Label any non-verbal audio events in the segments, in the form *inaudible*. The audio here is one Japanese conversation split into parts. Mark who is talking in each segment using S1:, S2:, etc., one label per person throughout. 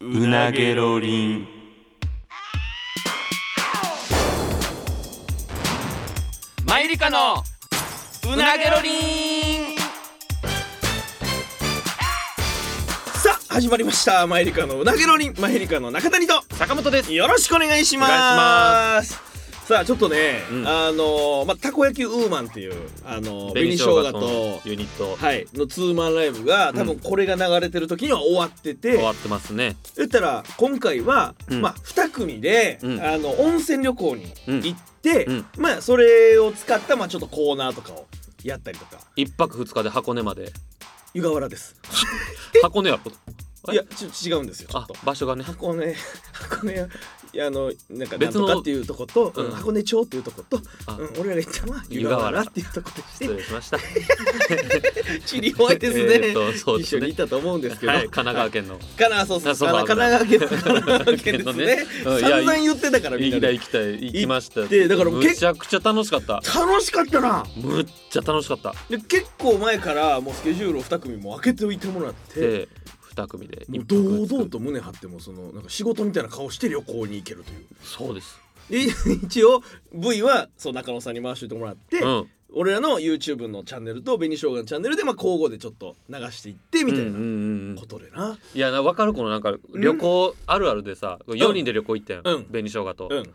S1: うなげろりん
S2: マイリカのうなげろりん
S3: さあ始まりましたマエリカのうなげろりんマエリカの中谷と
S2: 坂本です
S3: よろしくお願いします
S2: お願
S3: さあちょっとね、
S2: うん
S3: あのーまあたこ焼きウーマンっていうあのー紅生姜と
S2: ユニット
S3: はいのツーマンライブが多分これが流れてる時には終わってて、
S2: 終わってますね
S3: 言ったら今回は、
S2: うん
S3: まあ2組で、
S2: うん
S3: あの温泉旅行に行って、
S2: うんうん
S3: まあそれを使ったまあちょっとコーナーとかをやったりとか
S2: 一泊二日で箱根まで
S3: 湯河原です
S2: 箱根やろあ
S3: い
S2: れ
S3: やちょ違うんですよちょっ
S2: あ
S3: と
S2: 場所がね
S3: 箱根 *laughs* 箱根いやあのなんかなん
S2: 別の
S3: とかっていうとこと、
S2: うん
S3: うん箱根町っていうとこと、
S2: あ
S3: うん、俺らが行ったのは湯
S2: 湯
S3: 河
S2: 河原
S3: 原っていうとこ *laughs* で
S2: 失
S3: し
S2: 礼しました
S3: て地理弱いですね,、
S2: えーとそうで
S3: 一
S2: す
S3: 緒に
S2: ね
S3: 行ったと思うんですけど、
S2: はい神奈川
S3: *laughs*
S2: 県の
S3: かなそうそう
S2: あそう
S3: 神奈川県神奈川県ですね
S2: 神奈川県のねうんいや
S3: 散々言ってたからみ
S2: 行
S3: んな
S2: きたい
S3: で
S2: 行きたい行きました
S3: でだからもう
S2: む
S3: 結
S2: ちゃくちゃ楽しかった
S3: 楽しかったな
S2: むっちゃ楽しかった
S3: で結構前からもうスケジュールを2組も開けておいてもらって
S2: で二組で
S3: もう
S2: 一泊
S3: 堂
S2: 二日
S3: 々と胸張ってもそのなんか仕事みたいな顔して旅行に行けるという
S2: そうです
S3: で *laughs* 一応 V はそう中野さんに回しておいてもらって、
S2: うん
S3: 俺らの YouTube のチャンネルと紅生姜のチャンネルでまあ交互でちょっと流していってみたい
S2: うんう
S3: なん
S2: うんうん
S3: ことでな
S2: いやな分かるこのなんか旅行あるあるでさ4人で旅行行ったやん、
S3: うん
S2: 紅生姜と、
S3: うん、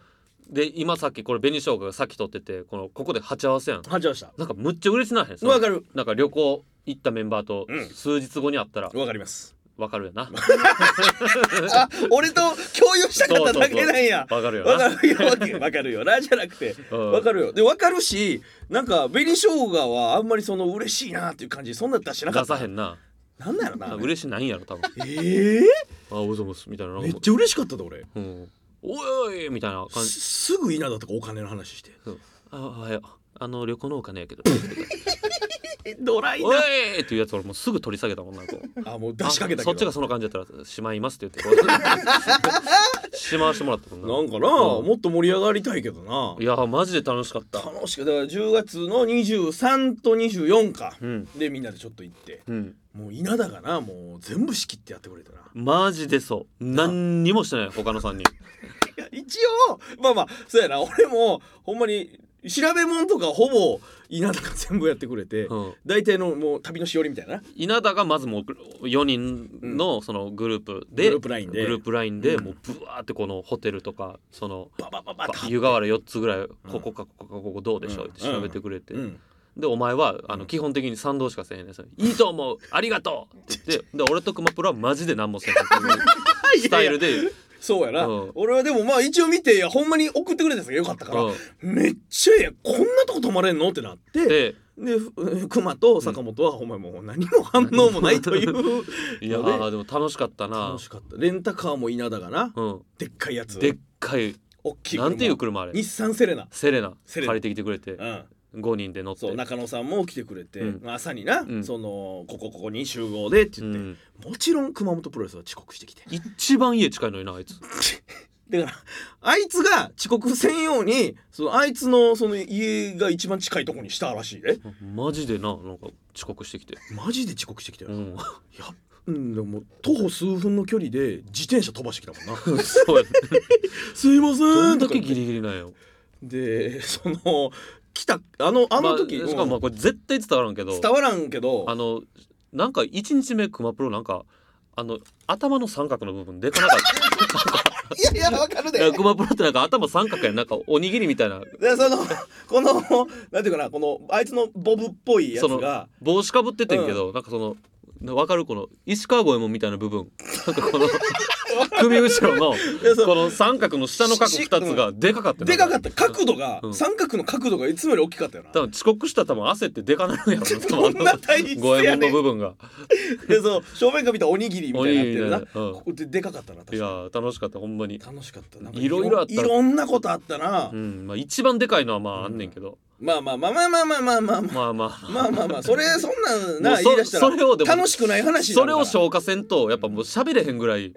S2: で今さっきこれ紅生姜がさっき撮っててこのここで鉢合わせやん
S3: 始まりました
S2: なんかむっちゃ嬉しないへんその
S3: わかる
S2: なんか旅行行ったメンバーと
S3: うん
S2: 数日後に会ったら
S3: わかります
S2: 分かるやな
S3: あ俺と共有したかっただけなんや
S2: 分かるよ
S3: わ
S2: な
S3: かるよわけわかるよなじゃなくて
S2: うん
S3: わかるよでわかるしなんか紅生姜はあんまりその嬉しいなっていう感じそんな出してなか
S2: 出
S3: った
S2: さへんな
S3: なんだろなあれ
S2: 嬉しないん
S3: *laughs*
S2: やろ多分
S3: え
S2: あおぞますみたいなな
S3: え
S2: んか
S3: めっちゃ嬉しかったで俺
S2: うん、おいおいみたいな感じ
S3: すすぐ稲田とかお金の話して
S2: そうああはいあの旅行のお金やけど
S3: えドライ
S2: お
S3: ない
S2: っていうやつ俺もうすぐ取り下げたもんなんか
S3: あもう *laughs* 出しかけたけど
S2: あそっちがその感じだったら「しまいます」って言ってこ
S3: *laughs*
S2: うしまわしてもらったもんな
S3: なんかな、
S2: うん
S3: もっと盛り上がりたいけどない
S2: やマジで楽しかった
S3: 楽しくだから10月の23と24か、
S2: うん
S3: でみんなでちょっと行って
S2: うん
S3: もう稲田がなもう全部仕切ってやってくれたな
S2: マジでそう何にもしてない他の3人
S3: いや一応まあまあそうやな俺もほんまに調べ物とかほぼ稲田が全部やってくれて、
S2: うん
S3: 大体のもう旅のしおりみたいな
S2: 稲田がまずもう4人のそのグループで、
S3: グループラインで
S2: グループラインで
S3: うん
S2: もうブワーってこのホテルとかその
S3: バババババ
S2: 湯河原4つぐらいここかここかここどうでしょうって調べてくれて、
S3: うん
S2: でお前はあの基本的に賛同しかせえへんねんそれいいと思うありがとう」って言ってで俺と熊プロはマジで何もせえ
S3: *laughs*
S2: へんっていうスタイルで
S3: そうやな、
S2: うん
S3: 俺はでもまあ一応見ていやほんまに送ってくれたやつがよかった *laughs* から、
S2: うん
S3: めっちゃええやんこんなとこ泊まれんのってなって
S2: で
S3: でふ熊と坂本はお前もう何も反応もないという
S2: *laughs* いや
S3: ので
S2: ーでも楽しかったな
S3: 楽しかったレンタカーも稲田がな
S2: うん
S3: でっかいやつ
S2: でっかい
S3: 大きい車
S2: なんていう車あれ
S3: 日産セレナ
S2: セレナ
S3: セレナ
S2: 借りてきてくれて
S3: うん
S2: 5人で乗って
S3: そう中野さんも来てくれて、
S2: うん
S3: 朝にな、
S2: うん
S3: そのここここに集合でって
S2: う
S3: 言って、
S2: ん
S3: もちろん熊本プロレスは遅刻してきて
S2: 一番家近いのになあい
S3: *laughs*
S2: つ
S3: だからあいつが遅刻せんようにそのあいつのその家が一番近いとこにしたらしいで
S2: マジでななんか遅刻してきて
S3: マジで遅刻してきたよ、
S2: うん
S3: やっうん、でも徒歩数分の距離で自転車飛ばしてきたもんな
S2: *laughs* そうや
S3: *laughs*
S2: ね
S3: すいません
S2: どんだけ
S3: とか言
S2: ギ
S3: って
S2: リギリなんよ
S3: でその来たあのあの時、
S2: まあしかもまあこれ絶対伝わらんけ
S3: う
S2: ど
S3: ん伝わらんけど
S2: あのなんか1日目熊プロなんかあの頭の三角の部分でかなか
S3: *laughs*
S2: った
S3: いやいやわかる
S2: いや熊プロってなんか頭三角やんなんかおにぎりみたいな
S3: でそのこのなんていうかなこのあいつのボブっぽいやつ
S2: その
S3: が
S2: 帽子かぶっててんけど、なんかそのなわかるこの石川五右衛門みたいな部分なんかこの *laughs* 首後ろのこ
S3: やそう
S2: の三角の下の角
S3: し
S2: 2つがでかかった
S3: でかかった角度が、
S2: うん
S3: 三角の角度がいつもより大きかったよな
S2: 多分遅刻したら多分焦ってでかなるんやろな
S3: こんな体質
S2: 五右衛
S3: や
S2: 門の
S3: ね
S2: 部分が
S3: でそう正面から見たらおにぎりみたいになってるな、
S2: おにぎりみたいなうん
S3: ここででかかったな確か
S2: いやー楽しかったほんまに
S3: 楽しかった
S2: いろいろあった
S3: いろんなことあったな、
S2: うんまあ一番でかいのはまああんねんけど、
S3: まあまあまあまあまあまあまあまあまあ
S2: まあまあ
S3: まあまあまあそれそんなん
S2: も
S3: な
S2: うそ
S3: 言い出した
S2: それをで
S3: ら
S2: も
S3: 楽しくない話に
S2: そ
S3: な
S2: れ
S3: るか
S2: を
S3: ら
S2: 消化せんとやっぱもう喋れへんぐらい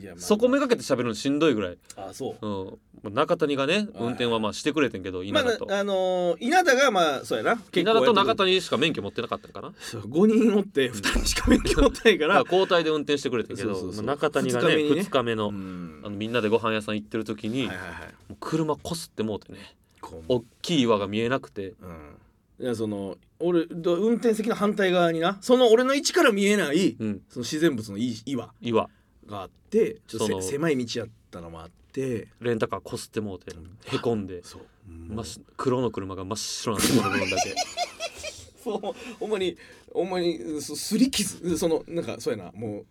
S3: いやまあ
S2: そこめがけて喋るのしんどいぐらい、
S3: あそう
S2: うん、もう中谷がね運転はまあしてくれてんけど
S3: ま
S2: 稲
S3: あ
S2: 田と、
S3: あのー稲田がまあそうやな
S2: 稲田と中
S3: 田
S2: 谷しか免許持ってなかったんかな
S3: 5人おって2人しか勉強ってないか
S2: だから
S3: ら
S2: 交代で運転してくれてんけど
S3: そうそうそう
S2: まあ中谷が
S3: 二日
S2: ね
S3: 目にね
S2: 2日目の,、
S3: うん
S2: あのみんなでご飯屋さん行ってる時に、
S3: はいはいはい
S2: もう車こすってもうてね
S3: こう
S2: 大きい岩が見えなくて
S3: うんいやその俺ど運転席の反対側になその俺の位置から見えない
S2: うん
S3: その自然物のいい岩
S2: 岩
S3: があってちょっと
S2: そ
S3: せ
S2: の
S3: 狭い道やったのもあって
S2: レンタカーこすってもうて
S3: ん
S2: へこんで、
S3: そう
S2: 真っ白黒の車が真っ白なんですよこの部
S3: *laughs*
S2: 分だけ
S3: そう *laughs* ほんまにほんまにうんそうすり傷そのなんかそうやなも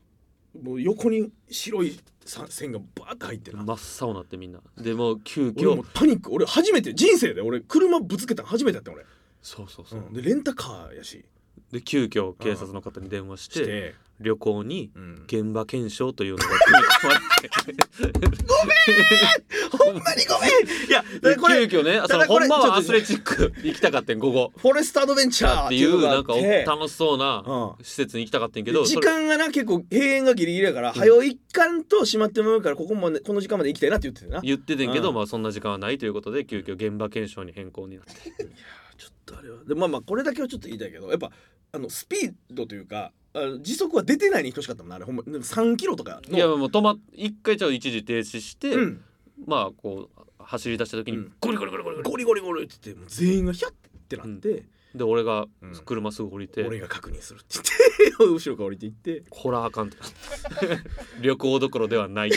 S3: うもう横に白いさ線がバーって入ってな
S2: 真っ青になってみんなでもう急
S3: 俺も
S2: 遽
S3: うパニック俺初めて人生で俺車ぶつけたの初めてやった俺、
S2: そうそうそう、
S3: うん、でレンタカーやし
S2: で急遽警察の方に電話して旅行に
S3: うん
S2: 現場検証というのが組み込ま
S3: *laughs* ほんまにごめんいや
S2: れて
S3: これ
S2: 急遽ね
S3: た
S2: その
S3: だこ
S2: ほ
S3: れ
S2: んまはア
S3: ちょ
S2: ス
S3: っと
S2: レチック行きたかってん午後
S3: フォレストアドベンチャー
S2: っていう
S3: があ
S2: な
S3: っ
S2: んか
S3: て
S2: 楽しそうな
S3: う
S2: 施設に行きたかってんけ
S3: で
S2: ど
S3: 時
S2: それ
S3: 間がな結構閉園がギリギリやから、早う一貫と閉まってもらうからここまでこの時間まで行きたいなって言っててな
S2: 言っててんけ
S3: う
S2: ど
S3: ん
S2: まあそんな時間はないということで急遽現場検証に変更になって
S3: ちょっとあれはでまあまあこれだけはちょっと言いたいけどやっぱあのスピードというかあの時速は出てないに等しかったもんなあれほんまなんか3キロとかの
S2: いやもう止まっ一回ちょっと一時停止して、
S3: うん、
S2: まあこう走り出した時
S3: う
S2: に
S3: ん
S2: ゴリゴリゴリゴリゴリ、
S3: ゴリゴリゴリって言ってもう全員がヒャッってなって、
S2: で俺が
S3: うん
S2: 車すぐ降りて、
S3: 俺が確認するって言って *laughs* 後ろから降りていって
S2: ホラー感と旅行どころで
S3: *laughs*
S2: はない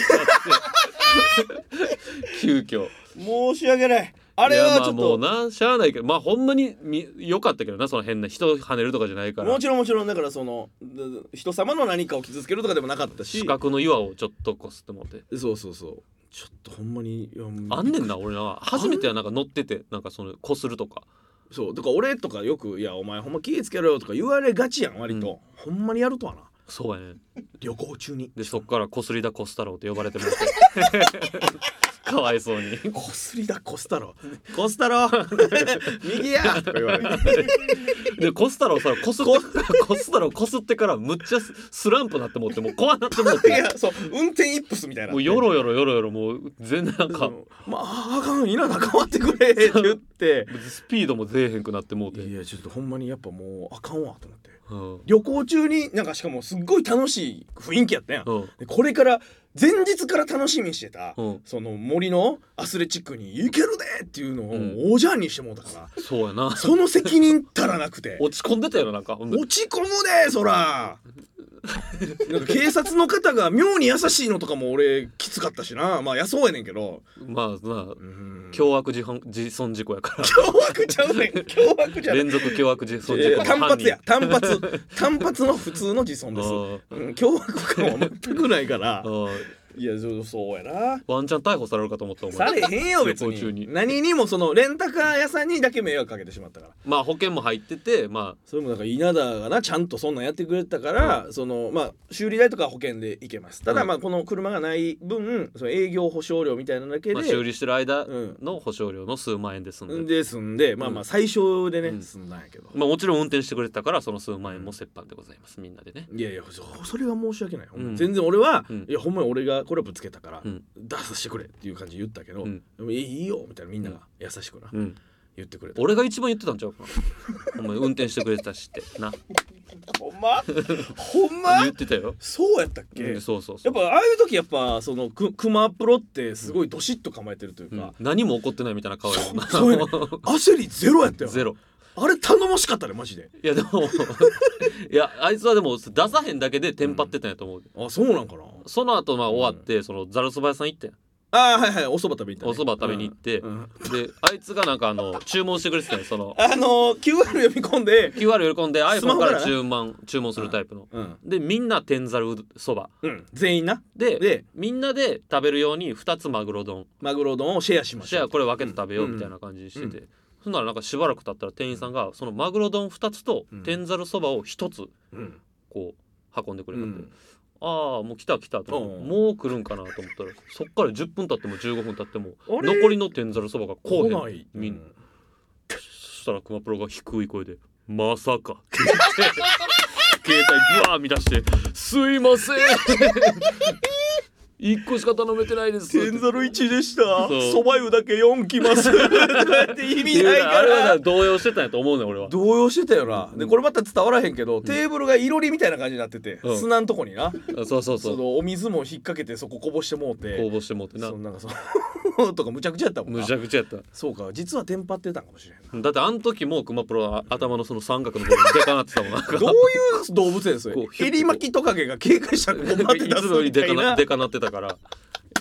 S2: 急遽
S3: 申し訳ないあれ
S2: いや
S3: は
S2: ま
S3: ちょっ
S2: も
S3: と
S2: うなしゃあないけどまあほんまにみ良かったけどなその変な人跳ねるとかじゃないから
S3: もちろんもちろんだからそので人様の何かを傷つけるとかでもなかったし
S2: 四角の岩をちょっとこすってもらって
S3: そうそうそうちょっとほんまにいやもう
S2: あんねんな俺な初めてはなんか乗っててなんかそのこするとか
S3: そうだから俺とかよく「いやお前ほんま気ぃつけろよ」とか言われがちやん割と、ほんまにやるとはな
S2: そうやねん
S3: 旅行中に
S2: でそっからこすりだこす太郎と呼ばれてもらって *laughs* かわいそうに
S3: こすりだこすたろこすたろ *laughs* 右やとか言われて
S2: でコス太郎さコスってコス太郎 *laughs* こすってからむっちゃススランプなってもってもう怖なってもっ
S3: *laughs* い
S2: て
S3: やそう運転イップスみたいな
S2: もうよろよろよろよろもう全然なん
S3: そ
S2: か
S3: のまああかん稲田変わってくれ *laughs* って言って
S2: スピードも出えへんくなってもうて、
S3: いやちょっとほんまにやっぱもうあかんわと思って
S2: うん
S3: 旅行中になんかしかもすっごい楽しい雰囲気やったやん
S2: うん
S3: でこれから前日から楽しみにしてた、
S2: うん
S3: その森のアスレチックに行けるでっていうの
S2: うん
S3: をおじゃんにしてもうたから、
S2: そうやな
S3: その責任たらなく
S2: *laughs*
S3: て
S2: 落ち込んでたよななんかほんで
S3: 落ち込むでそらなんか警察の方が妙に優しいのとかも俺きつかったしなまあやそうやねんけど
S2: まあな
S3: うん
S2: 凶悪自販自損事故
S3: *laughs*
S2: やか
S3: 凶悪ちゃうね
S2: *laughs*
S3: ん凶悪じ
S2: ら
S3: ゃない
S2: 連続凶悪自損事
S3: え
S2: 故
S3: ー
S2: の
S3: 単
S2: 犯
S3: 発
S2: 人
S3: や単発単発の普通の自損です
S2: *laughs* うん
S3: うん凶悪感は全くないから
S2: うん
S3: いやそうそうやな
S2: ワンチャン逮捕されるかと思ったお
S3: さ
S2: 前
S3: れへん
S2: *laughs*
S3: よ別
S2: 旅行中に
S3: に何にもそのレンタカー屋さんにだけ迷惑かけてしまったから
S2: まあ保険も入っててま
S3: それもなんか稲田がなちゃんとそんなんやってくれてたから、そのまあ修理代とかは保険で行けますた
S2: う
S3: だ
S2: ん
S3: まあこの車がない分その営業保証料みたいなのだけ
S2: あ、
S3: で、
S2: まあ、修理してる間
S3: うん
S2: の保証料の数万円で済んでる
S3: で済んでまあまあ最小でね、
S2: うん
S3: 済んだんやけど、
S2: まあもちろん運転してくれてたからその数万円も折半でございますみんなでね
S3: いやいやそそれは申し訳ない、ほんま
S2: うん
S3: 全然俺は、
S2: うん
S3: いやほんまに俺がこれぶつけたから、
S2: うん
S3: 出させてくれっていう感じで言ったけど、
S2: うん
S3: でもいいいいよみたいなみんなが優しくな、
S2: うん
S3: 言ってくれた
S2: 俺が一番言ってたんちゃうかなお前運転してくれてたしってな
S3: ほんまほん
S2: 言ってたよ、
S3: そうやったっけ、
S2: うんそうそうそ
S3: や
S2: う
S3: っぱああいう時やっぱそのククマプロってすごいどしっと構えてるという
S2: うん
S3: か、
S2: 何も起こってないみたいな顔やもんな
S3: そうやね焦りゼロやったよ
S2: *laughs* ゼロ
S3: あれ頼もしかったねマジで
S2: いやでも *laughs* いやあいつはでも出さへんだけでテンパってたんやと思う、
S3: あそうなんかな
S2: その後まあ終わって、そのざるそば屋さん行ってん
S3: あはいはいお蕎麦食べに行
S2: お
S3: った、
S2: 蕎
S3: ね、
S2: 麦食べに行って、
S3: うんうん
S2: であいつがなんかあの注文してくれてたんよその
S3: あのー、QR 読み込んで
S2: QR 喜んで
S3: スマ
S2: iPhone
S3: ホか
S2: か
S3: ら
S2: ら
S3: ね
S2: 注文注文するタイプの、
S3: うん、
S2: でみんな天ざるうそば
S3: うん、全員な
S2: で
S3: で
S2: みんなで食べるように2つマグロ丼
S3: マグロ丼をシェアしまし
S2: じゃ
S3: ょ
S2: あ
S3: う
S2: これ分けて食べようみたいな感じにしてて、そんならなんかしばらく経ったら店員さんがそのマグロ丼2つと
S3: うん
S2: 天ざるそばを1つ
S3: うん
S2: こう運んでく
S3: う
S2: れたんで、
S3: ん
S2: ああもう来た来たと思って
S3: うん
S2: もう来るんかなと思ったらそっから10分経っても15分経っても
S3: あれ
S2: 残りの天ざるそばがこ
S3: 来
S2: う
S3: な
S2: へん
S3: い
S2: みん
S3: う
S2: なそしたら熊プロが低い声で「まさか」って言って *laughs* 携帯ブワー乱して「すいません」 *laughs* 一個しか頼めてないです
S3: 天ざる一でした
S2: そう
S3: そば湯だけ4来ます
S2: *laughs*
S3: とかって意
S2: ってい
S3: 味
S2: う
S3: ない
S2: の
S3: か
S2: あれは
S3: ら
S2: な動揺してたんやと思うねん俺は
S3: 動揺してたよなでこれまた伝わらへんけど、テーブルがいろりみたいな感じになってて、
S2: うん
S3: 砂んとこにな
S2: あそうそうそ
S3: そうのお水も引っ掛けてそここぼしてもう
S2: 公
S3: て
S2: 募してもってな
S3: そのなんかその *laughs* とかむちゃくちゃやったもん
S2: む
S3: な
S2: ちゃくちゃやった
S3: そうか実はテンパってたんかもしれ
S2: *laughs*
S3: んな
S2: だってあの時も熊プロは頭のその三角の部分でかなってたもん
S3: *laughs*
S2: なんか
S3: どういう動物園です
S2: こ
S3: よ
S2: う
S3: エリマキトカゲが警戒したらこう待って
S2: い
S3: 出
S2: *laughs* つ
S3: す
S2: もより
S3: みた
S2: で
S3: い
S2: か
S3: な
S2: なでかなってたから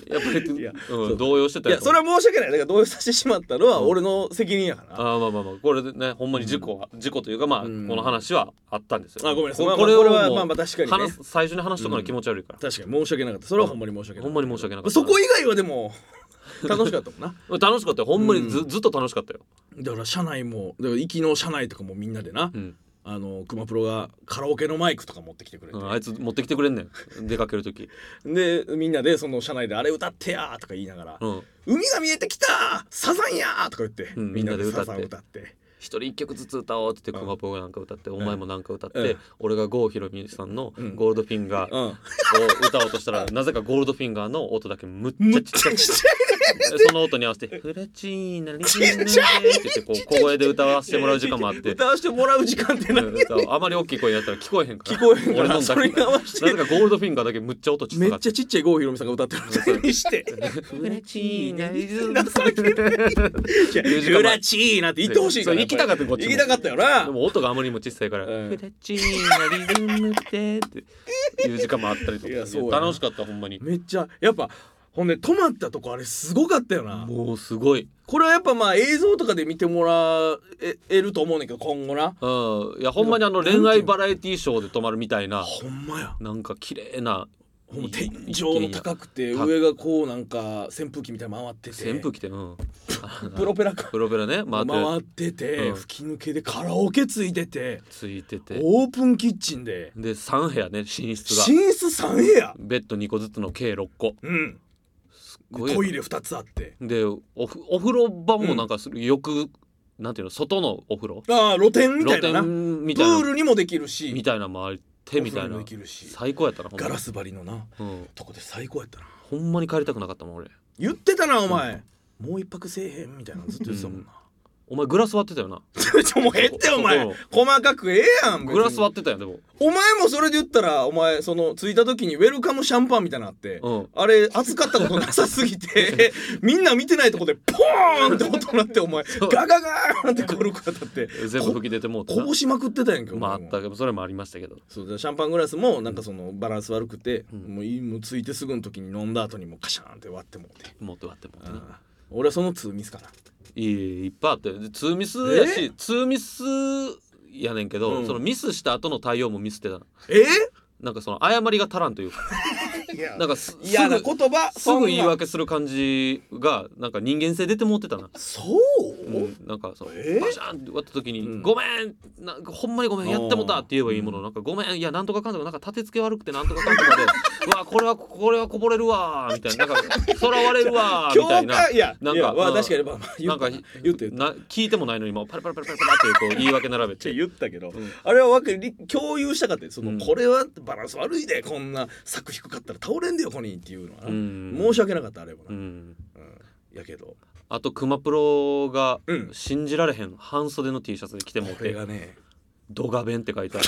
S2: やっぱり、
S3: いや
S2: うん、動揺して
S3: い
S2: た
S3: や
S2: よ
S3: それは申し訳ないだから動揺させてしまったのは
S2: うん
S3: 俺の責任やから、
S2: あーまあまあまあこれでねほんまに事故は、事故というかまあ、
S3: うん
S2: この話はあったんですよ
S3: あごめんなさい
S2: こ
S3: まあまあ
S2: これ
S3: こ
S2: を
S3: れは
S2: もう
S3: まあまあ確かにね
S2: 話す最初に話しとかな気持ち悪いから、
S3: 確かに申し訳なかったそれはほんまに申し訳なかった
S2: ほんまに申し訳なかった
S3: そこ以外はで
S2: *laughs*
S3: も楽しかったもんな
S2: 楽しかったよほんまにず,、
S3: うん
S2: ずっと楽しかったよ、
S3: だから社内もだから行きの社内とかもみんなでな、
S2: うん
S3: あの熊プロがカラオケのマイクとか持ってきてくれて、
S2: うんあいつ持ってきてくれんねん出かける時、
S3: でみんなでその社内で「あれ歌ってや!」とか言いながら「
S2: うん、
S3: 海が見えてきたサザンや!」とか言って、
S2: うん
S3: みんなで
S2: みんなで歌
S3: サ
S2: って
S3: ザン歌って
S2: 一人一曲ずつ歌おうって言っ
S3: う
S2: て
S3: ん
S2: 熊ポがなんか歌って、お前もなんか歌って、
S3: うん
S2: 俺が郷ひろみさんの
S3: うん
S2: 「ゴールドフィンガー」
S3: うん
S2: を歌おうとしたら、なぜかゴールドフィンガーの音だけむっちゃちっちゃくてその音に合わせて「フラチーナリチーナ」って言ってこう小声で歌わせてもらう時間もあって
S3: 歌わせてもらう時間って
S2: う
S3: な、
S2: ん歌をあまり大きい声になったら聞こえへんから
S3: 聞こえへんか
S2: 俺の
S3: ら
S2: ん
S3: そ
S2: だ
S3: れ
S2: け
S3: に合わせ
S2: なぜ
S3: て
S2: かゴールドフィンガーだけむっちゃ音ちっち
S3: め
S2: ゃ
S3: っ
S2: かっ
S3: ち
S2: た
S3: ゃちっちゃい郷ひろみさんが歌ってるみたいにして
S2: 「フラチーナリチ
S3: 「
S2: ーナ」いう時間
S3: ゆらちーな」って言ってほしいから
S2: そう行きたかったこっちも
S3: 行きたかったよな
S2: でも音があまりにも小さいから「
S3: うん
S2: フラチーナリズムって」っていう時間もあったりと
S3: いやそうや
S2: か
S3: な
S2: 楽しかったほんまに
S3: めっちゃやっぱほんで止まったとこあれすごかったよな
S2: もうすごい
S3: これはやっぱまあ映像とかで見てもらええると思うねんだけど今後な
S2: うんいやほんまにあの恋愛バラエティーショーで泊まるみたいな
S3: ほんまや
S2: なんか綺麗な
S3: ほんま天井の高くて
S2: 一軒家
S3: 上がこうなんか扇風機みたいなの回ってて
S2: 扇風機でうん
S3: プロペラか
S2: プロペラね回って
S3: 回ってて、
S2: うん
S3: 吹き抜けでカラオケついてて
S2: ついてて
S3: オープンキッチンで
S2: で3部屋ね寝室が
S3: 寝室3部屋
S2: ベッド2個ずつの計6個
S3: うん
S2: ごい
S3: トイレ2つあって
S2: でおふお風呂場もなんかするよくなんていうの外のお風呂
S3: ああ露天みた
S2: 露
S3: いなな
S2: 天み
S3: プ
S2: たい
S3: ー
S2: な
S3: ルにもできるし
S2: みたいなもあってみたい
S3: お風呂
S2: な
S3: もできるし
S2: 最高やったなほんま
S3: ガラス張りのな
S2: うん
S3: とこで最高やったな
S2: ほんまに帰りたくなかったもん俺
S3: 言ってたなお前、もう一泊せえへんみたいなのずっと言ってたもんな、
S2: お前グラス割ってたよな
S3: *laughs* ちょもう減ってお前
S2: そう
S3: 細かくええやん別に
S2: グラス割ってたよでも
S3: お前もそれで言ったらお前その着いた時にウェルカムシャンパンみたいなのあって、
S2: うん
S3: あれ熱かったことなさすぎ
S2: *laughs*
S3: てみんな見てないとこでポーンって音鳴ってお前
S2: う
S3: ガガガーンってコルク当たって
S2: 全部吹き出てもうて
S3: こ
S2: な
S3: ぼしまくってたやんけお前も
S2: まああったけどそれもありましたけど
S3: そうだシャンパングラスもなんかそのバランス悪くて、
S2: うん
S3: もういいもう着いてすぐの時に飲んだ後にもうカシャーンって割ってもうて、
S2: もっと割ってもうてな
S3: ああ俺はその2ミスかない
S2: いいっぱいあってでツーミスやしツーミスやねんけど、
S3: うん
S2: そのミスした後の対応もミスってた
S3: え
S2: なんかその謝りが足らんというか
S3: いや
S2: なんかすす
S3: 嫌な
S2: ぐ
S3: 言葉
S2: すぐ
S3: い
S2: 言い訳する感じがなんか人間性出てもってたな、
S3: そう、
S2: うん、なんかその
S3: え
S2: バシャンって割った時に「
S3: うん
S2: ごめんなんかほんまにごめんやってもた」って言えばいいものなんか「ごめんいやなんとかかんとかなんか立て付け悪くてなんとかかんと
S3: *laughs*
S2: かでうわこれはこれはこぼれるわ」みたいな「なんかそら割れるわ」み
S3: 教
S2: た
S3: 会
S2: いない
S3: や
S2: なんか
S3: いやまあ
S2: うん
S3: 確かにまあまあ言
S2: な
S3: っ
S2: ん
S3: た
S2: か
S3: 言って言った
S2: な聞いてもないのにもうパラパラパラパラパラってこう言い訳並べ
S3: ちょ
S2: て
S3: 言ったけど、
S2: ん
S3: あれはわけり共有したかってその、
S2: うん
S3: これはバランス悪いでこんな柵低かったら倒れんでよコニーっていうのはな、
S2: うん
S3: 申し訳なかったあれもな、
S2: う
S3: うん
S2: ん
S3: やけど
S2: あと熊プロが
S3: うん
S2: 信じられへん半袖の T シャツで着てもう
S3: これ
S2: て
S3: がね
S2: 「ドガベン」って書いてある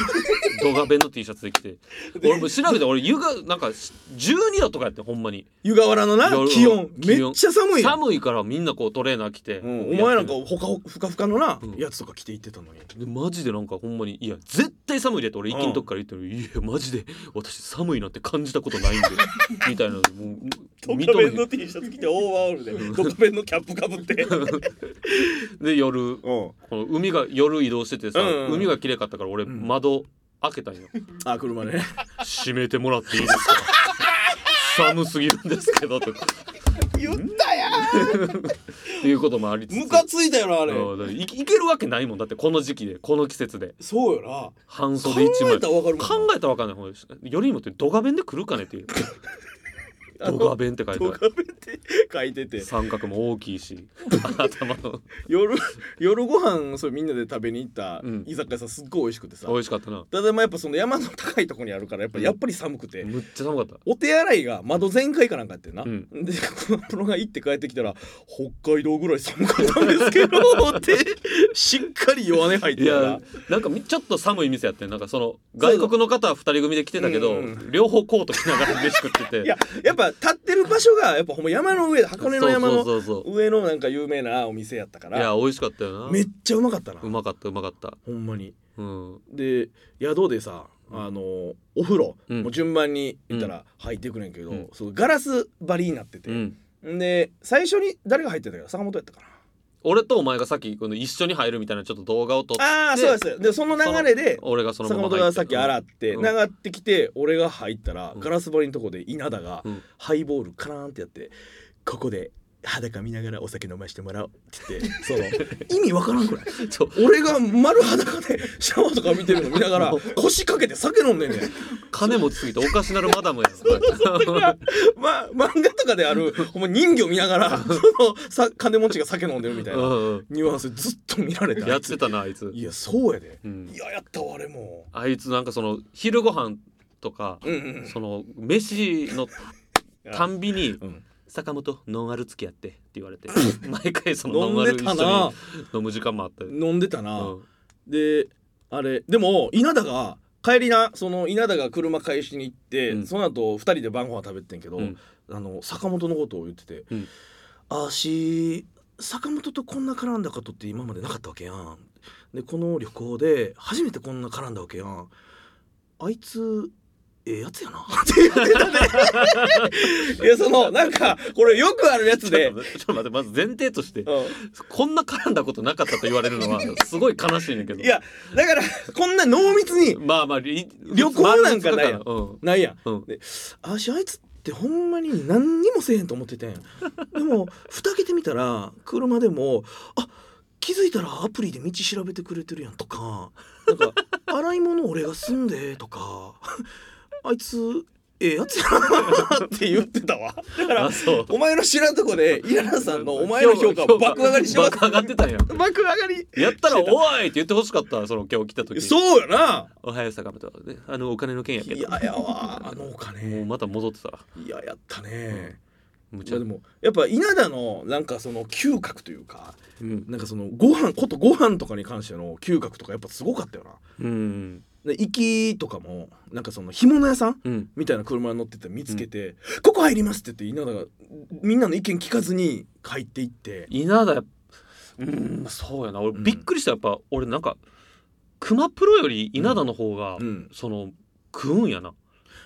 S2: ドガベンの T シャツで着て俺もう調べて俺湯がなんか12度とかやってほんまに
S3: 湯河原のな
S2: 夜
S3: 気温
S2: 気温
S3: めっちゃ寒いやん
S2: 寒いからみんなこうトレーナー着て、
S3: うん、お前なんか
S2: やって
S3: ほかほふかふかのな、
S2: うん
S3: やつとか着て行ってたのに
S2: るでマジでなんかほんまに「いや絶対寒いで」って俺一気のとこから言ってる、いやマジで私寒いなって感じたこ
S3: *laughs*
S2: とないんで」みたいなのもう認めへん
S3: T シャツ着てオーバーオールでドカベンのキャップかぶって
S2: で夜
S3: うん
S2: この海が夜移動しててさ、
S3: うんうん
S2: 海が綺麗かったから俺
S3: ん
S2: 窓開けたんよ、
S3: あ車でね
S2: 閉めてもらっていいです
S3: *laughs*
S2: か寒すぎるんですけどとか
S3: 言ったや
S2: っていうこともありつつ
S3: ムカついたよなあれ
S2: うんだからいいけるわけないもんだってこの時期でこの季節で
S3: そうよな
S2: 半
S3: 考
S2: 袖一枚
S3: えたらわかるもんな
S2: 考えたらわかんない
S3: *laughs*
S2: ほんでよりにもってドガ弁で来るかねっていうドガ弁って書いてあ
S3: ド
S2: る
S3: カベンって書いてて
S2: 三角も大き
S3: *laughs*
S2: いし頭の
S3: 夜夜ご飯それみんなで食べに行った
S2: うん
S3: 居酒屋さんすっごい美味しくてさ、
S2: 美味しかったな
S3: ただまあやっぱその山の高いとこにあるからやっぱりやっぱり寒くて、
S2: むっちゃ寒かった
S3: お手洗いが窓全開かなんかやってんな、
S2: うん
S3: でこのプロが行って帰ってきたら北海道ぐらい寒かったんです
S2: *laughs*
S3: けどってしっかり弱音入って
S2: い
S3: た
S2: や
S3: ら
S2: なんかみちょっと寒い店やってんなんかその外国の方は二人組で来てたけど、
S3: うんうん
S2: 両方コート着ながら飯食ってて
S3: いややっぱ立ってる場所がやっぱほんま山の上箱根の山の
S2: そうそうそう
S3: 上のなんか有名なお店やったか
S2: そういや
S3: ら
S2: 美味しかったよな
S3: めっちゃうまかったな
S2: うまかったうまかった
S3: ほんまに
S2: うん
S3: で宿でさあのお風呂、
S2: うん
S3: もう順番に行ったら入ってくれんけど、
S2: うん
S3: そのガラス張りになってて
S2: う、ん
S3: で最初に誰が入ってたか坂本やったかな
S2: 俺とお前がさっきこの一緒に入るみたいなちょっと動画を撮って
S3: ああそうですでその流れで
S2: 俺がその
S3: 坂
S2: まま入
S3: 本がさっき洗
S2: っ
S3: って、
S2: うん
S3: 流ってきて俺が入ったら、
S2: うん
S3: ガラス張りのとこで稲田が、
S2: うん
S3: ハイボールカラーンってやってここで裸見ながらお酒飲ましてもらおうって言
S2: *laughs*
S3: ってその意味わからんくらい
S2: そう
S3: 俺が丸裸でシャワーとか見てるの見なが
S2: *laughs*
S3: ら腰掛けて酒飲んでんねん
S2: 金持ちすぎておかしなるマダムやん
S3: ま、漫画とかであ
S2: *laughs*
S3: るほんま人魚見ながらそのさ金持ちが酒飲んでるみたいな
S2: うん
S3: ニュアンスずっと見られ
S2: うん
S3: た
S2: やってたなあいつ
S3: いやそうやで、
S2: うん
S3: いややったわあれも
S2: あいつなんかその昼ご飯とか
S3: うんうん
S2: その飯のたんびに
S3: うん
S2: 「坂本ノンアル付き合って」って言われて毎回その
S3: 飲
S2: ノンアル
S3: ん
S2: 一
S3: で
S2: 緒
S3: た
S2: に
S3: な
S2: 飲む時間もあったり
S3: 飲んでた
S2: う
S3: な、
S2: ん
S3: であれでも稲田が帰りなその稲田が車返しに行って、
S2: うん
S3: その後二人で晩ご飯食べてんけど、
S2: うん
S3: あの坂本のことを言ってて
S2: うん
S3: 「あし坂本とこんな絡んだことって今までなかったわけやん」でこの旅行で初めてこんな絡んだわけやんあいつええやつやな *laughs* って言ってたねいやそのなんかこれよくあるやつ
S2: ちょ
S3: で
S2: っ。とちょっと待ってまず前提として
S3: うん
S2: こんな絡んだことなかったと言われるのはすごい悲しいねんだけど
S3: いやだからこんな濃密に
S2: まあまあ旅
S3: 旅行なんかないやん
S2: うん
S3: ないやん
S2: うん
S3: あしあいつってほんまに何にもせえへんと思っててんでも *laughs* 蓋開けてみたら車でもあ気づいたらアプリで道調べてくれてるやんとかなんか *laughs* 洗い物俺が済んでとかあいつええやつやなって言ってたわだから
S2: あそう
S3: お前の知らんとこで稲田さんのお前の評価を爆上がりしてます
S2: 爆上がってたんや
S3: 爆上がり
S2: やったら「
S3: してた
S2: おい!」って言ってほしかったその今日来た時
S3: そうやな
S2: おはよう坂本ねあのお金の件や
S3: い
S2: けど
S3: ややわあのお
S2: もう
S3: 金
S2: また戻ってたら
S3: いややったね
S2: む
S3: い
S2: ちゃ
S3: やでもやっぱ稲田のなんかその嗅覚というか
S2: うん
S3: なんかそのご飯ことご飯とかに関しての嗅覚とかやっぱすごかったよな
S2: うん
S3: で行きとかもなんかその干物屋さん
S2: うん
S3: みたいな車に乗ってて見つけて「ここ入ります」って言って稲田がみんなの意見聞かずに入っていって
S2: 稲田やっうんそうやな俺
S3: うん
S2: びっくりしたやっぱ俺なんか熊プロより稲田の方が
S3: うん
S2: その食うんやな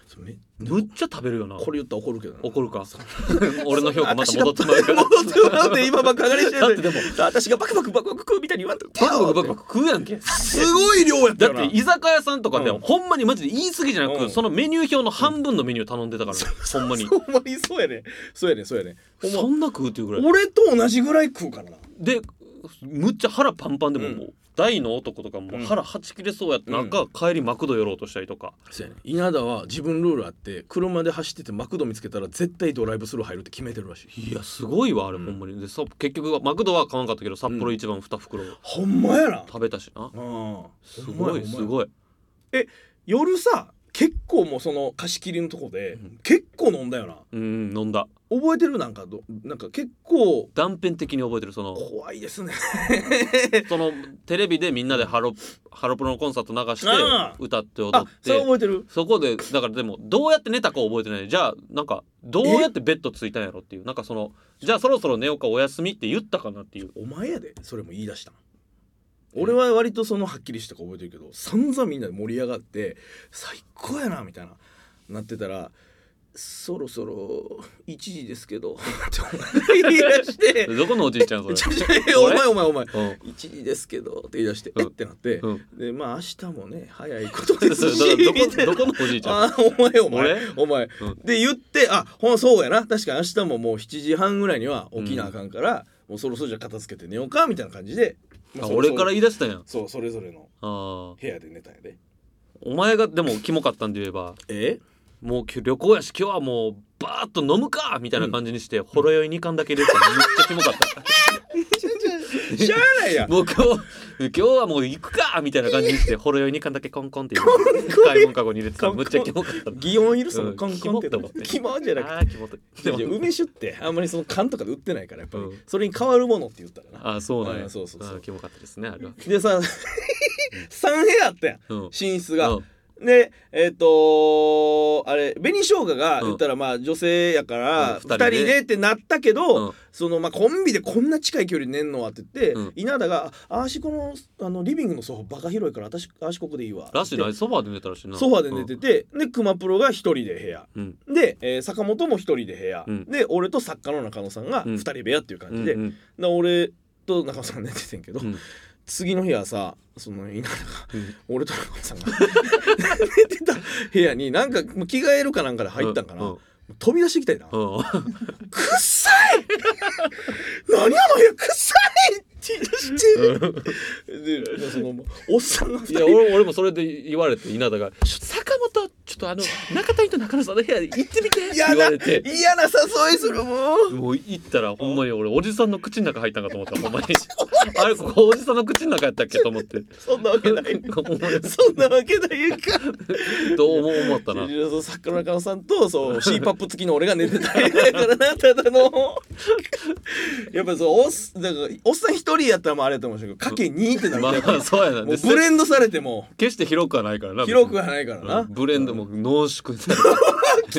S3: それめ
S2: むっちゃ食べるよな
S3: これ言ったら怒るけどな
S2: 怒るか
S3: そ
S2: *laughs* 俺の評価また戻ってまうから
S3: 戻ってもらうで今爆上がりして
S2: だって
S3: る
S2: でも
S3: 私がバクバクバクバク食うみたいに言わんと
S2: バクバクバクバク食うやんけ
S3: すごい量やった
S2: だっ
S3: よな
S2: て居酒屋さんとかで
S3: うん
S2: ほんまにマジで言い過ぎじゃな
S3: う
S2: く
S3: ん
S2: そのメニュー表の半分のメニュー頼んでたからねほんまに
S3: そうほんまにそうやねそうやねそうやねほんま
S2: そんな食うっていうぐらい
S3: 俺と同じぐらい食うからな
S2: でむっちゃ腹パンパンでも
S3: うん
S2: もう大の男とかもう腹はち切れそうやってなんか帰りマクド寄ろうとしたりとか
S3: そうやね稲田は自分ルールあって車で走っててマクド見つけたら絶対ドライブスルー入るって決めてるらしい
S2: いやすごいわあれ
S3: うん
S2: ほんまにでさ結局マクドは買わんかったけど札幌一番2袋
S3: ほんまやな
S2: 食べたし
S3: う
S2: な
S3: ん
S2: すごいす
S3: い
S2: ごい
S3: 夜さ結構もうその貸し切りのとこで、
S2: うん
S3: 結構飲んだよな
S2: うん飲んだ
S3: 覚えてるなんかどなんか結構
S2: 断片的に覚えてるその
S3: 怖いですね
S2: そのテレビでみんなでハロハロプロのコンサート流して
S3: ああ
S2: 歌って踊
S3: あ
S2: っ
S3: それ
S2: て
S3: 覚えてる
S2: そこでだからでもどうやって寝たか覚えてないじゃあなんかどうやってベッドついたんやろっていうなんかそのじゃあそろそろ寝ようかお休みって言ったかなっていう
S3: お前やでそれも言い出したん俺は割とそのはっきりしたか覚えてるけど散々みんなで盛り上がって最高やなみたいななってたらそろそろ1時ですけどってお前言い出して
S2: どこのおじいちゃんそれ
S3: ちょちょいやお前お前お前
S2: うん
S3: 1時ですけどって言い出して、
S2: うん
S3: えってなって、
S2: うん
S3: でまあ明日もね早いこと
S2: そ
S3: で
S2: れ
S3: す
S2: そ
S3: し
S2: れ *laughs* どこ
S3: みたいな
S2: どこのおじいちゃん
S3: あーお前お前
S2: 俺
S3: *laughs* お前、
S2: うん
S3: で言ってあほんそうやな確かに明日ももう7時半ぐらいには起きなあかんから、もうそろそろじゃあ片付けて寝ようかみたいな感じで、まあ
S2: あ
S3: そろそ
S2: 俺
S3: ろ
S2: から言い出したんやんあ
S3: そうそれぞれの
S2: あ
S3: 部屋で寝たんやで
S2: お前がでもキモかったんで言えば
S3: え
S2: もう今日旅行やし今日はもうバーッと飲むかみたいな感じにして、ほろ酔い2缶だけ入れてたらめっちゃキモかった。
S3: しゃあ
S2: *laughs*
S3: ないやん
S2: もう今日今日はもう行くかみたいな感じにしてほろ酔い2缶だけコンコンって入れて深いもんかごに入れてたらむっちゃキモかった
S3: 擬音いるその
S2: うん
S3: カンカンってと *laughs* こキ
S2: キ
S3: モじゃなくて
S2: あーキモい *laughs*
S3: いやいや
S2: でも
S3: 梅酒ってあんまりその缶とかで売ってないからやっぱり、
S2: うん
S3: それに変わるものって言ったらな
S2: あーそうなん
S3: あー
S2: や
S3: そうそうそう
S2: あーキモかったですねあれは
S3: でさ *laughs* 3部屋あったやん
S2: うん
S3: 寝室が、
S2: うん
S3: でえっ、とあれ紅生姜が
S2: うん
S3: 言ったらまあ女性やから
S2: うん
S3: 2人でってなったけど、
S2: うん
S3: そのまあコンビでこんな近い距離寝んのはって言って、
S2: うん
S3: 稲田が「ああしこのあのリビングのソファバカ広いから私あーしここでいいわ」
S2: らしい
S3: っ
S2: な
S3: て
S2: ソファーで寝たらしいな
S3: ソファで寝てて、で熊プロが1人で部屋
S2: うん
S3: で、えー坂本も1人で部屋、
S2: うん
S3: で俺と作家の中野さんが2人部屋っていう
S2: う
S3: 感
S2: ん
S3: じ
S2: う
S3: で、
S2: ん
S3: で俺と中野さん寝ててんけど、
S2: うん
S3: 次の日はさその稲田が
S2: うん
S3: 俺と中野さんが寝てた部屋になんかもう着替えるかなんかで入ったんかな、
S2: うん
S3: 飛び出してきたよな、
S2: うんうん
S3: くっさい何あの部屋くっさいって言い出してでそのおっさんが二
S2: い
S3: 人
S2: や俺俺もそれで言われて稲田が「ちょっと坂本ちょっとあの中谷と中野さんの部屋行ってみて」って
S3: 嫌
S2: 言
S3: な
S2: われて
S3: 嫌な誘いするもう
S2: もう行ったらほんまに俺おじさんの口の中入ったんかと思ったほんまにあれここおじさんの口の中やったっけと思って
S3: そんなわけないそんなわけないやんか
S2: どうも思ったな
S3: そう作家の中野さんと
S2: *laughs*
S3: そう C パップ付きの俺が寝てた部屋やからなただのやっぱそうおっすだからおっさん一人やったらもうあれやと思うけどかけ2ってなる
S2: ま
S3: やっぱ
S2: あそうやな
S3: もう
S2: で
S3: ブレンドされても
S2: 決して広くはないからな
S3: 広くはないから
S2: う
S3: なん
S2: ブレンドも濃縮され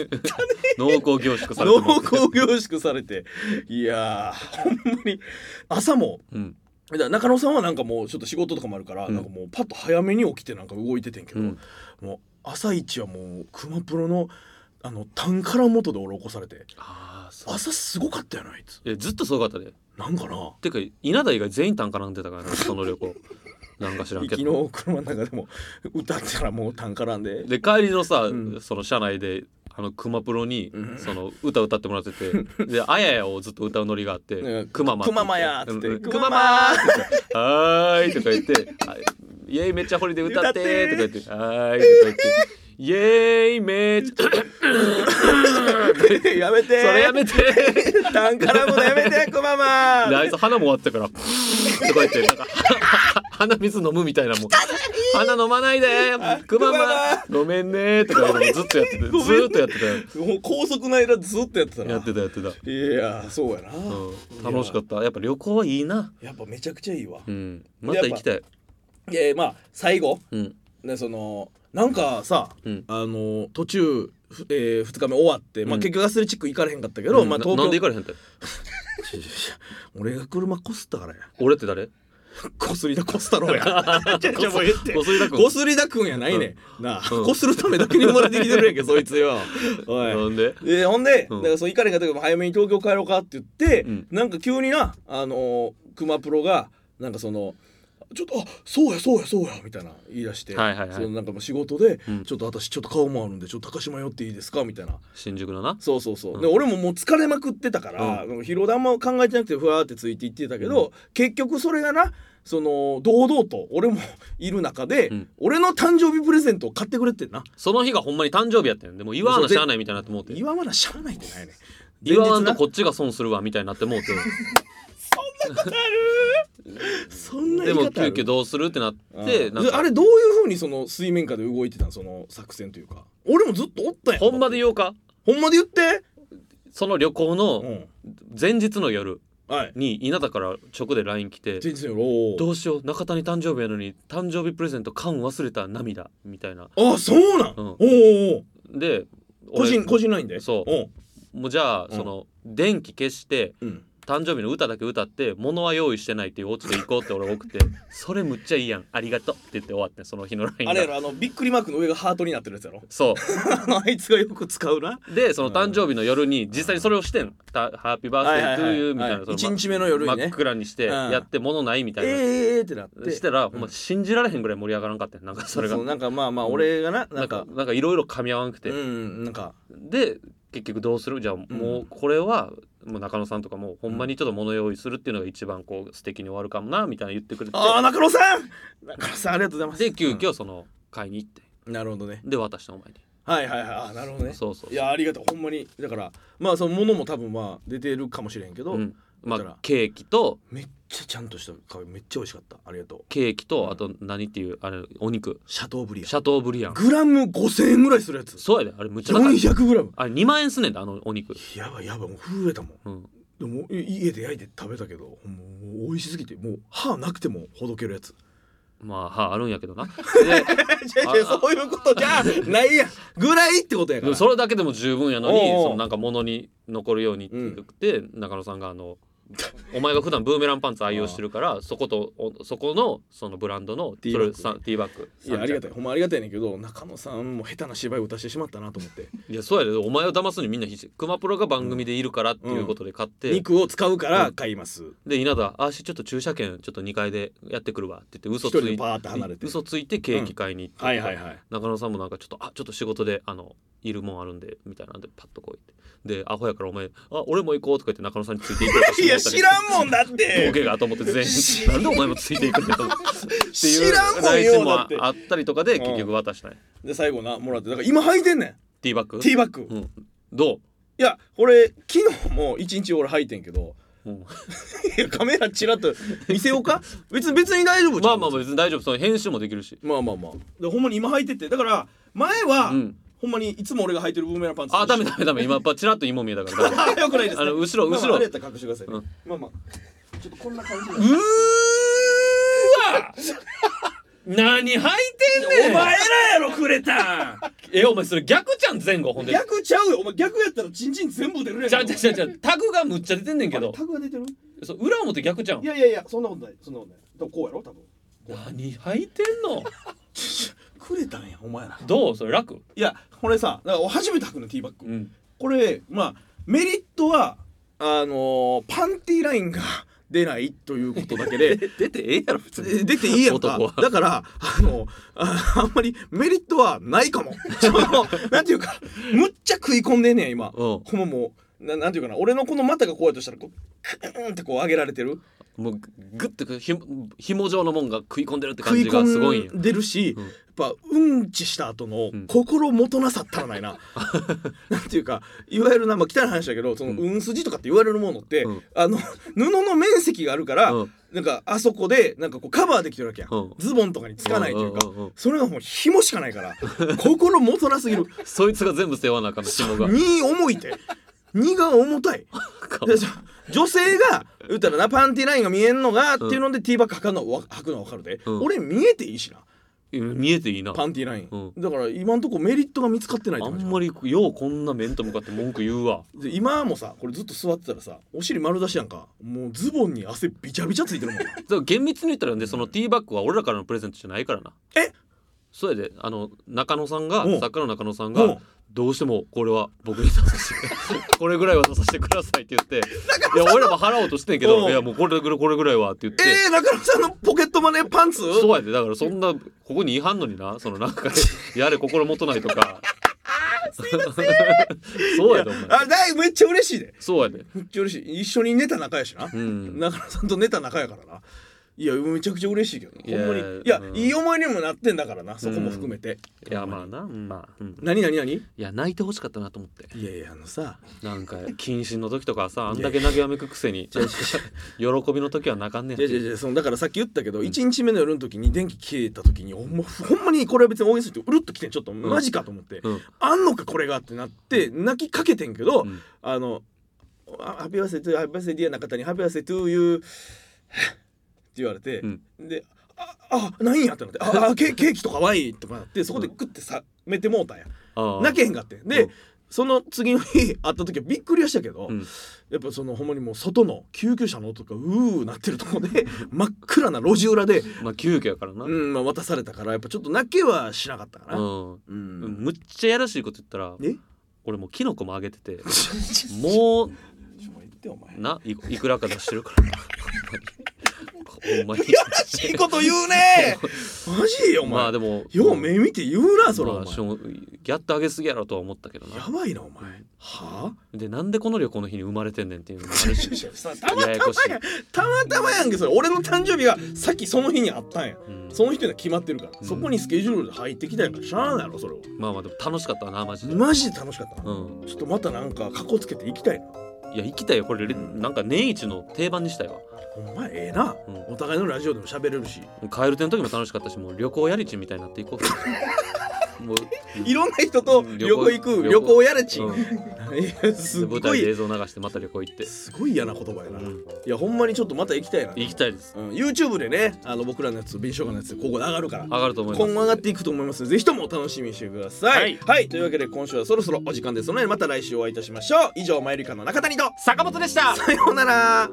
S2: て *laughs* 濃厚凝縮されて
S3: 濃
S2: も
S3: 厚凝縮されていやーほんまに朝も
S2: うん
S3: だから中野さんはなんかもうちょっと仕事とかもあるから、
S2: うん
S3: なんかもうパッと早めに起きてなんか動いててんけど、
S2: うん
S3: もう朝一はもう熊プロのあの単から元で俺起こされて
S2: ああそう
S3: 朝すごかったよなあいつ
S2: えずっとすごかったで
S3: なんかな
S2: てか稲田以外全員単価なんでたから
S3: *laughs*
S2: なその旅行なんか知らん
S3: 昨
S2: け
S3: 日
S2: ど
S3: 車の中でも歌ってたらもう単からんで
S2: で帰りのさ、
S3: ん
S2: その車内であの熊プロに
S3: うん
S2: その歌歌ってもらってて「
S3: *laughs*
S2: であやや」をずっと歌うノリがあって
S3: うん
S2: 「くまま」
S3: くままやーっつって
S2: うん
S3: く
S2: く
S3: ま
S2: ま
S3: ま
S2: まー」って言って「はーい」とか言ってあ「イエイめっちゃホリで歌ってー」とか言って「はーい」とか言って「イエイめっ
S3: *laughs*
S2: ちゃ
S3: やめて
S2: それやめてー」
S3: 単から元やめてくまま
S2: であいつ鼻も割ったから「とか言ってなんか *laughs* 鼻水飲むみたいなもん「鼻飲まないでーくままごめんね」とか言うのずっとやっててず
S3: ごめんね
S2: ーっとやってたよ
S3: もう高速の間ずっとやってたな
S2: やってたやってた
S3: いやーそうやな、
S2: うん、楽しかったやっぱ旅行はいいな、
S3: やっぱめちゃくちゃいいわ、
S2: うん、また行きたい、
S3: いやまあ最後
S2: うん
S3: ねそのなんかさ
S2: うん、
S3: あの途中、ふえ2日目終わって、まあ、
S2: うん
S3: 結局アスレチック行かれへんかったけど、まあ、
S2: な
S3: 東京
S2: なんで行かれへんって
S3: いやいやいや *laughs* 俺が車こすったからや
S2: 俺って誰
S3: こすりだこす太郎やじゃじゃもう言って
S2: *laughs* 小杉田君
S3: *laughs* こすりだくんやないね、ん、なあ、
S2: うん
S3: こするためだけに生まれてきて *laughs* るやんけそいつよおい、
S2: なんで
S3: えーほんで、
S2: うん
S3: だからそう行かれへんかったけど早めに東京帰ろうかって言って、
S2: うん
S3: なんか急になあのー、熊プロがなんかそのちょっとあそうやそうやそうやみたいな言い出して、
S2: はいはいはい
S3: そのなんかもう仕事で、
S2: うん
S3: ちょっと私ちょっと顔もあるんでちょっと高島寄っていいですかみたいな
S2: 新宿のな
S3: そうそうそう、
S2: うん
S3: で俺ももう疲れまくってたから、もう疲労であんま考えてなくてふわーってついていってたけど、結局それがなその堂々と俺もいる中で、
S2: うん
S3: 俺の誕生日プレゼントを買ってくれてんな
S2: その日がほんまに誕生日やったんやでもう岩わなしゃあないみたいになってもうて
S3: 言わなしゃあないってないね
S2: 言わ
S3: 前
S2: んと
S3: 日
S2: こっちが損するわみたいになってもう *laughs* て
S3: そんな
S2: で
S3: 言い
S2: も
S3: 方あ
S2: 急
S3: る
S2: 遽どうするってなっ
S3: うん
S2: てなん
S3: で
S2: か
S3: あれどういうふうにその水面下で動いてたんその作戦というか俺もずっとおったやん
S2: ほんまで
S3: 言
S2: 言おうか
S3: ほんまで言って
S2: その旅行
S3: う
S2: の
S3: ん
S2: 前日の夜
S3: はい
S2: に稲田から直で LINE 来て
S3: 全然よろ
S2: どうしよう中谷誕生日やのに誕生日プレゼント缶忘れた涙みたいな
S3: あそうなん、
S2: うん
S3: おうおうお
S2: で
S3: う個
S2: 俺
S3: 人個人ラインで
S2: そう
S3: おう
S2: もうじゃあ、
S3: ん
S2: その電気消して
S3: うん
S2: 誕生日の歌だけ歌って物は用意してないっていうオチで行こうって俺
S3: *laughs*
S2: 送ってそれむっちゃいいやんありがとうって言って終わってその日のライン
S3: あれや
S2: が
S3: ろあのびっくりマークの上がハートになってるやつや *laughs* ろ
S2: そ
S3: あのあいつがよく使うな
S2: うでその誕生日の夜に実際にそれをしてん「たハッピーバースデートゥーユー」みたいな、
S3: は
S2: その
S3: 一日目の夜に
S2: 真
S3: ね
S2: っ暗にして
S3: うん
S2: やって物ないみた
S3: え
S2: い
S3: ー
S2: な、
S3: えーってなって
S2: したら、ほん
S3: う
S2: ま信じられへんぐらい盛り上がらんかったよなんかそれが
S3: うなんかまあまあ俺がなな
S2: なんん
S3: か
S2: かなんかいろいろ噛み合わんくて、
S3: うんなんか
S2: で結局どうするじゃあもうこれはもう中野さんとかもほんまにちょっと物用意するっていうのが一番こう素敵に終わるかもなみたいな言ってくれて
S3: ああ *laughs* 中野さん中野さんありがとうございます
S2: で急遽その買いに行って
S3: うんなるほどね
S2: で渡したお前に
S3: はいはいはいあなるほどね
S2: そうそうそう
S3: いやありがとうほんまにだからまあそのものも多分まあ出てるかもしれんけど、
S2: うん、ま
S3: だから
S2: あケーキと
S3: めっちゃちゃんとした香りめっちゃ美味しかったありがとう
S2: ケーキ
S3: うん
S2: とあと何っていうあれお肉
S3: シャトーブリ
S2: シャトーブリアン
S3: アングラム5000円ぐらいするやつ
S2: そうやであれむっちゃ高い
S3: 400g
S2: あれ2万円すんねんであのお肉、
S3: やばいやばいもう震えたもん
S2: うん、
S3: でもい家で焼いて食べたけどもう美味しすぎてもう歯なくてもほどけるやつ
S2: まあ歯あるんやけ
S3: *laughs*
S2: どな
S3: 違う違う
S2: ああ
S3: そう *laughs* いうことじゃ *laughs* ないやんぐらいってことや
S2: で
S3: から
S2: でそれだけでも十分やの
S3: お
S2: に
S3: うおう
S2: そのなんか物に残るようにって言って、中野さんがあの *laughs* お前が普段ブーメランパンツ愛用してるからそことおそこのそのブランドの
S3: ティー
S2: そ
S3: バッ
S2: れ
S3: グ
S2: さティーバッグ
S3: いやありがた
S2: い
S3: いほんまありがたいねんけど中野さんも下手な芝居を出してしまったなと思って
S2: いやそうやでお前を騙すにみんな必死熊プロが番組でいるからっていうことで買って、
S3: 肉を使うから買います
S2: で稲田「あしちょっと駐車券ちょっと2階でやってくるわ」って言って嘘
S3: 一人
S2: つい
S3: で
S2: て
S3: バーって離れて
S2: 嘘ついてケーキ買いに行って、
S3: はいはいはい
S2: 中野さんもなんかちょっと「あちょっと仕事であのいるもんあるんで」みたいなんでパッと来いってでアホやからお前「あ俺も行こう」とか言って中野さんについていこうとして
S3: いや知ら
S2: ん
S3: んもんだっ
S2: ボ
S3: て
S2: ケがと思って全
S3: 知
S2: 員なんでお前もついていくんだと思ってってい
S3: 知らんも
S2: う
S3: ん
S2: 内
S3: よ
S2: 心
S3: だって
S2: もあったりとかで結局渡したね
S3: で最後なもらってだから今履いてんねん
S2: ティーバッグ
S3: ティーバッグ、
S2: う
S3: い
S2: ん、どう
S3: やこれ昨日も一日俺履いてんけど
S2: うん
S3: いやカメラチラッと見せようか別に別に大丈夫
S2: まあまあ
S3: まあ
S2: 別に大丈夫その編集もできるし
S3: まあまあまあでほんまに今履いててだから前は、
S2: うん
S3: ほんまにいつも俺が履いてるブーメランパンツ
S2: あダメダメダメ今パチラッと芋見えたからダメ
S3: あ *laughs* よくないですね
S2: あの後ろ
S3: まあまあ
S2: 後ろ
S3: あれやったら隠してくださいね、
S2: うん
S3: まあまあちょっとこんな感じで
S2: うーわ何履いてんねん
S3: お前らやろくれたん
S2: *laughs* えお前それ逆じゃん前後ほんで
S3: 逆ちゃうよお前逆やったらチンチン全部出るやん
S2: じゃじゃじゃじゃタグがむっちゃ出てんねんけど
S3: タグが出てる
S2: そう裏表逆じゃん
S3: いやいやいやそんなことないそんなことないでもこうやろ多分
S2: 何履いてんの
S3: くれたんやお前ら
S2: どうそれ楽
S3: いやこれさだから初めて履くのティーバッグ、
S2: うん
S3: これまあメリットはあのーパンティーラインが出ないということだけで
S2: *laughs* 出てええやろ別
S3: え出ていいやんか
S2: 男は
S3: だからあのああんまりメリットはないかもそのなんていうかむっちゃ食い込んでんねや今
S2: うん
S3: ほんまもうななんていうかな俺のこの股がこうやとしたらこうクーンってこう上げられてる
S2: もうグッてくひも紐状のもんが食い込んでるって
S3: 食
S2: 感
S3: い
S2: じがすごいんや
S3: 込んでるし、
S2: うん
S3: やっぱうんちした後の
S2: うん
S3: 心もとなさったらない
S2: *laughs*
S3: な、なんていうかいわゆるな、まあ、汚い話だけどその
S2: うん
S3: うん筋とかって言われるものって、
S2: うん
S3: あの布の面積があるから、
S2: うん
S3: なんかあそこでなんかこうカバーできてるわけや、
S2: うん
S3: ズボンとかにつかないというか、
S2: んんんん
S3: それがもう紐しかないから心もとなすぎ
S2: *laughs*
S3: る
S2: そいつが全部背負わなあかんの紐が
S3: に重いて荷が重たいでそ女性が言ったらなパンティーラインが見えんのがっていうのでティーバッグ履くのは履くのは分かるで、
S2: うん
S3: 俺見えていいしな
S2: うん見えていいな
S3: パンティーライン、
S2: う
S3: だから今んとこメリットが見つかってないって
S2: あ
S3: 感じ
S2: んまりようこんな面と向かって文句言うわ
S3: で今もさこれずっと座ってたらさお尻丸出しやんかもうズボンに汗びちゃびちゃついてる
S2: *laughs*
S3: もん
S2: だから厳密に言ったらねそのティーバッグは俺らからのプレゼントじゃないからな
S3: え
S2: そうやであの中野さんが
S3: うん
S2: 作家の中野さん
S3: うん
S2: がどうしてもこれは僕に出させてこれぐらいは出 *laughs* させてくださいって言っていや俺らも払おうとしてんけ
S3: う
S2: ど
S3: ん
S2: いやもうこれぐらいこれぐらいはって言って
S3: えー、中野さんのポケットマネーパンツ
S2: そうやでだからそんなここに違反のになそのなんかやれ心もとないとか *laughs* そうやでお前
S3: あだいめっちゃ嬉しいで
S2: そうやで
S3: めっちゃ嬉しい一緒に寝た仲やしな
S2: うん
S3: 中野さんとネタ仲やからないやめちゃくちゃ嬉しいけど
S2: いや
S3: ほんまにいや、
S2: うん
S3: いい思いにもなってんだからなそこも含めて、
S2: いやまあなまあ、うん、
S3: 何何何い
S2: いや泣いてほしかったなと思って
S3: やいやあのさ
S2: なんか謹慎の時とかさあんだけ投げやめくくせに喜 *laughs* びの時は泣かんねん
S3: いやいやいやそのだからさっき言ったけど、一1日目の夜の時に電気消えた時にほん,、ま、ほんまにこれは別に大げさに言ってうるっときてんちょっとマジかと思って、
S2: うん
S3: あんのかこれがってなって泣きかけてんけど、
S2: うん
S3: あの「ハッピーバースデートゥーハッピーバースデーディアな方にハッピーバースデートゥーユー」って言われて、
S2: うん
S3: で「ああなんや」ってなって「ああケケーキとかワイン」とかなってそこでグッて冷めてもうたんや
S2: ああ
S3: 泣けへんかってんで、
S2: うん
S3: その次の日会った時はびっくりはしたけど、
S2: うん
S3: やっぱそのほんまにもう外の救急車の音とかうーなってるとこで真っ暗な路地裏で、
S2: まあ急遽やからな
S3: う
S2: うん、
S3: んまあ、渡されたからやっぱちょっと泣けはしなかったかな。うん
S2: むっちゃやらしいこと言ったら
S3: え
S2: 俺もうキノコもあげてて
S3: ちょち
S2: も
S3: ょちょもう言ってお前
S2: うないいくらか出してるからほんまにこほんまに
S3: いいこと言うねマジよお前、
S2: まあでも
S3: よう目見て言うなそれ、
S2: ま
S3: お
S2: あ
S3: 前
S2: しょうやってあげすぎやろとは思ったけど
S3: や
S2: な
S3: ばいなお前はあ
S2: でなんでこの旅行の日に生まれてんねんっていうのもあるし
S3: たまたま
S2: ややこしい
S3: やたまたまやんけそれ俺の誕生日がさっきその日にあったんや
S2: うん
S3: その人には決まってるから、
S2: うん
S3: そこにスケジュールで入ってきたんやからしゃあないやろそれは
S2: まあまあでも楽しかったなマジで、
S3: マジで楽しかったな、
S2: うん
S3: ちょっとまたなんかかこつけていきたいない
S2: や行きたいよこれなんか年一の定番にしたいわ、
S3: お前ええな
S2: うん
S3: お互いのラジオでも喋れるし
S2: カエル亭の時も楽しかったしもう旅行やりちみたいになっていこ
S3: *laughs*
S2: うもう
S3: いろんな人と
S2: うん
S3: 旅行行く
S2: 旅行
S3: 旅行やれち、
S2: うんで
S3: *laughs* いやすっご
S2: 舞台で
S3: い
S2: 映像流してまた旅行行って、
S3: すごい嫌な言葉やな、
S2: うん
S3: いやほんまにちょっとまた行きたいな、
S2: 行きたいです
S3: うん、YouTube でねあの僕らのやつ紅しょうがのやつここで上がるから
S2: 上がると思います
S3: 今後上がっていくと思いますのでぜひともお楽しみにしてください
S2: はい
S3: というわけで今週はそろそろお時間ですのでまた来週お会いいたしましょう以上マユリカの中谷と
S2: 坂本でした
S3: さようなら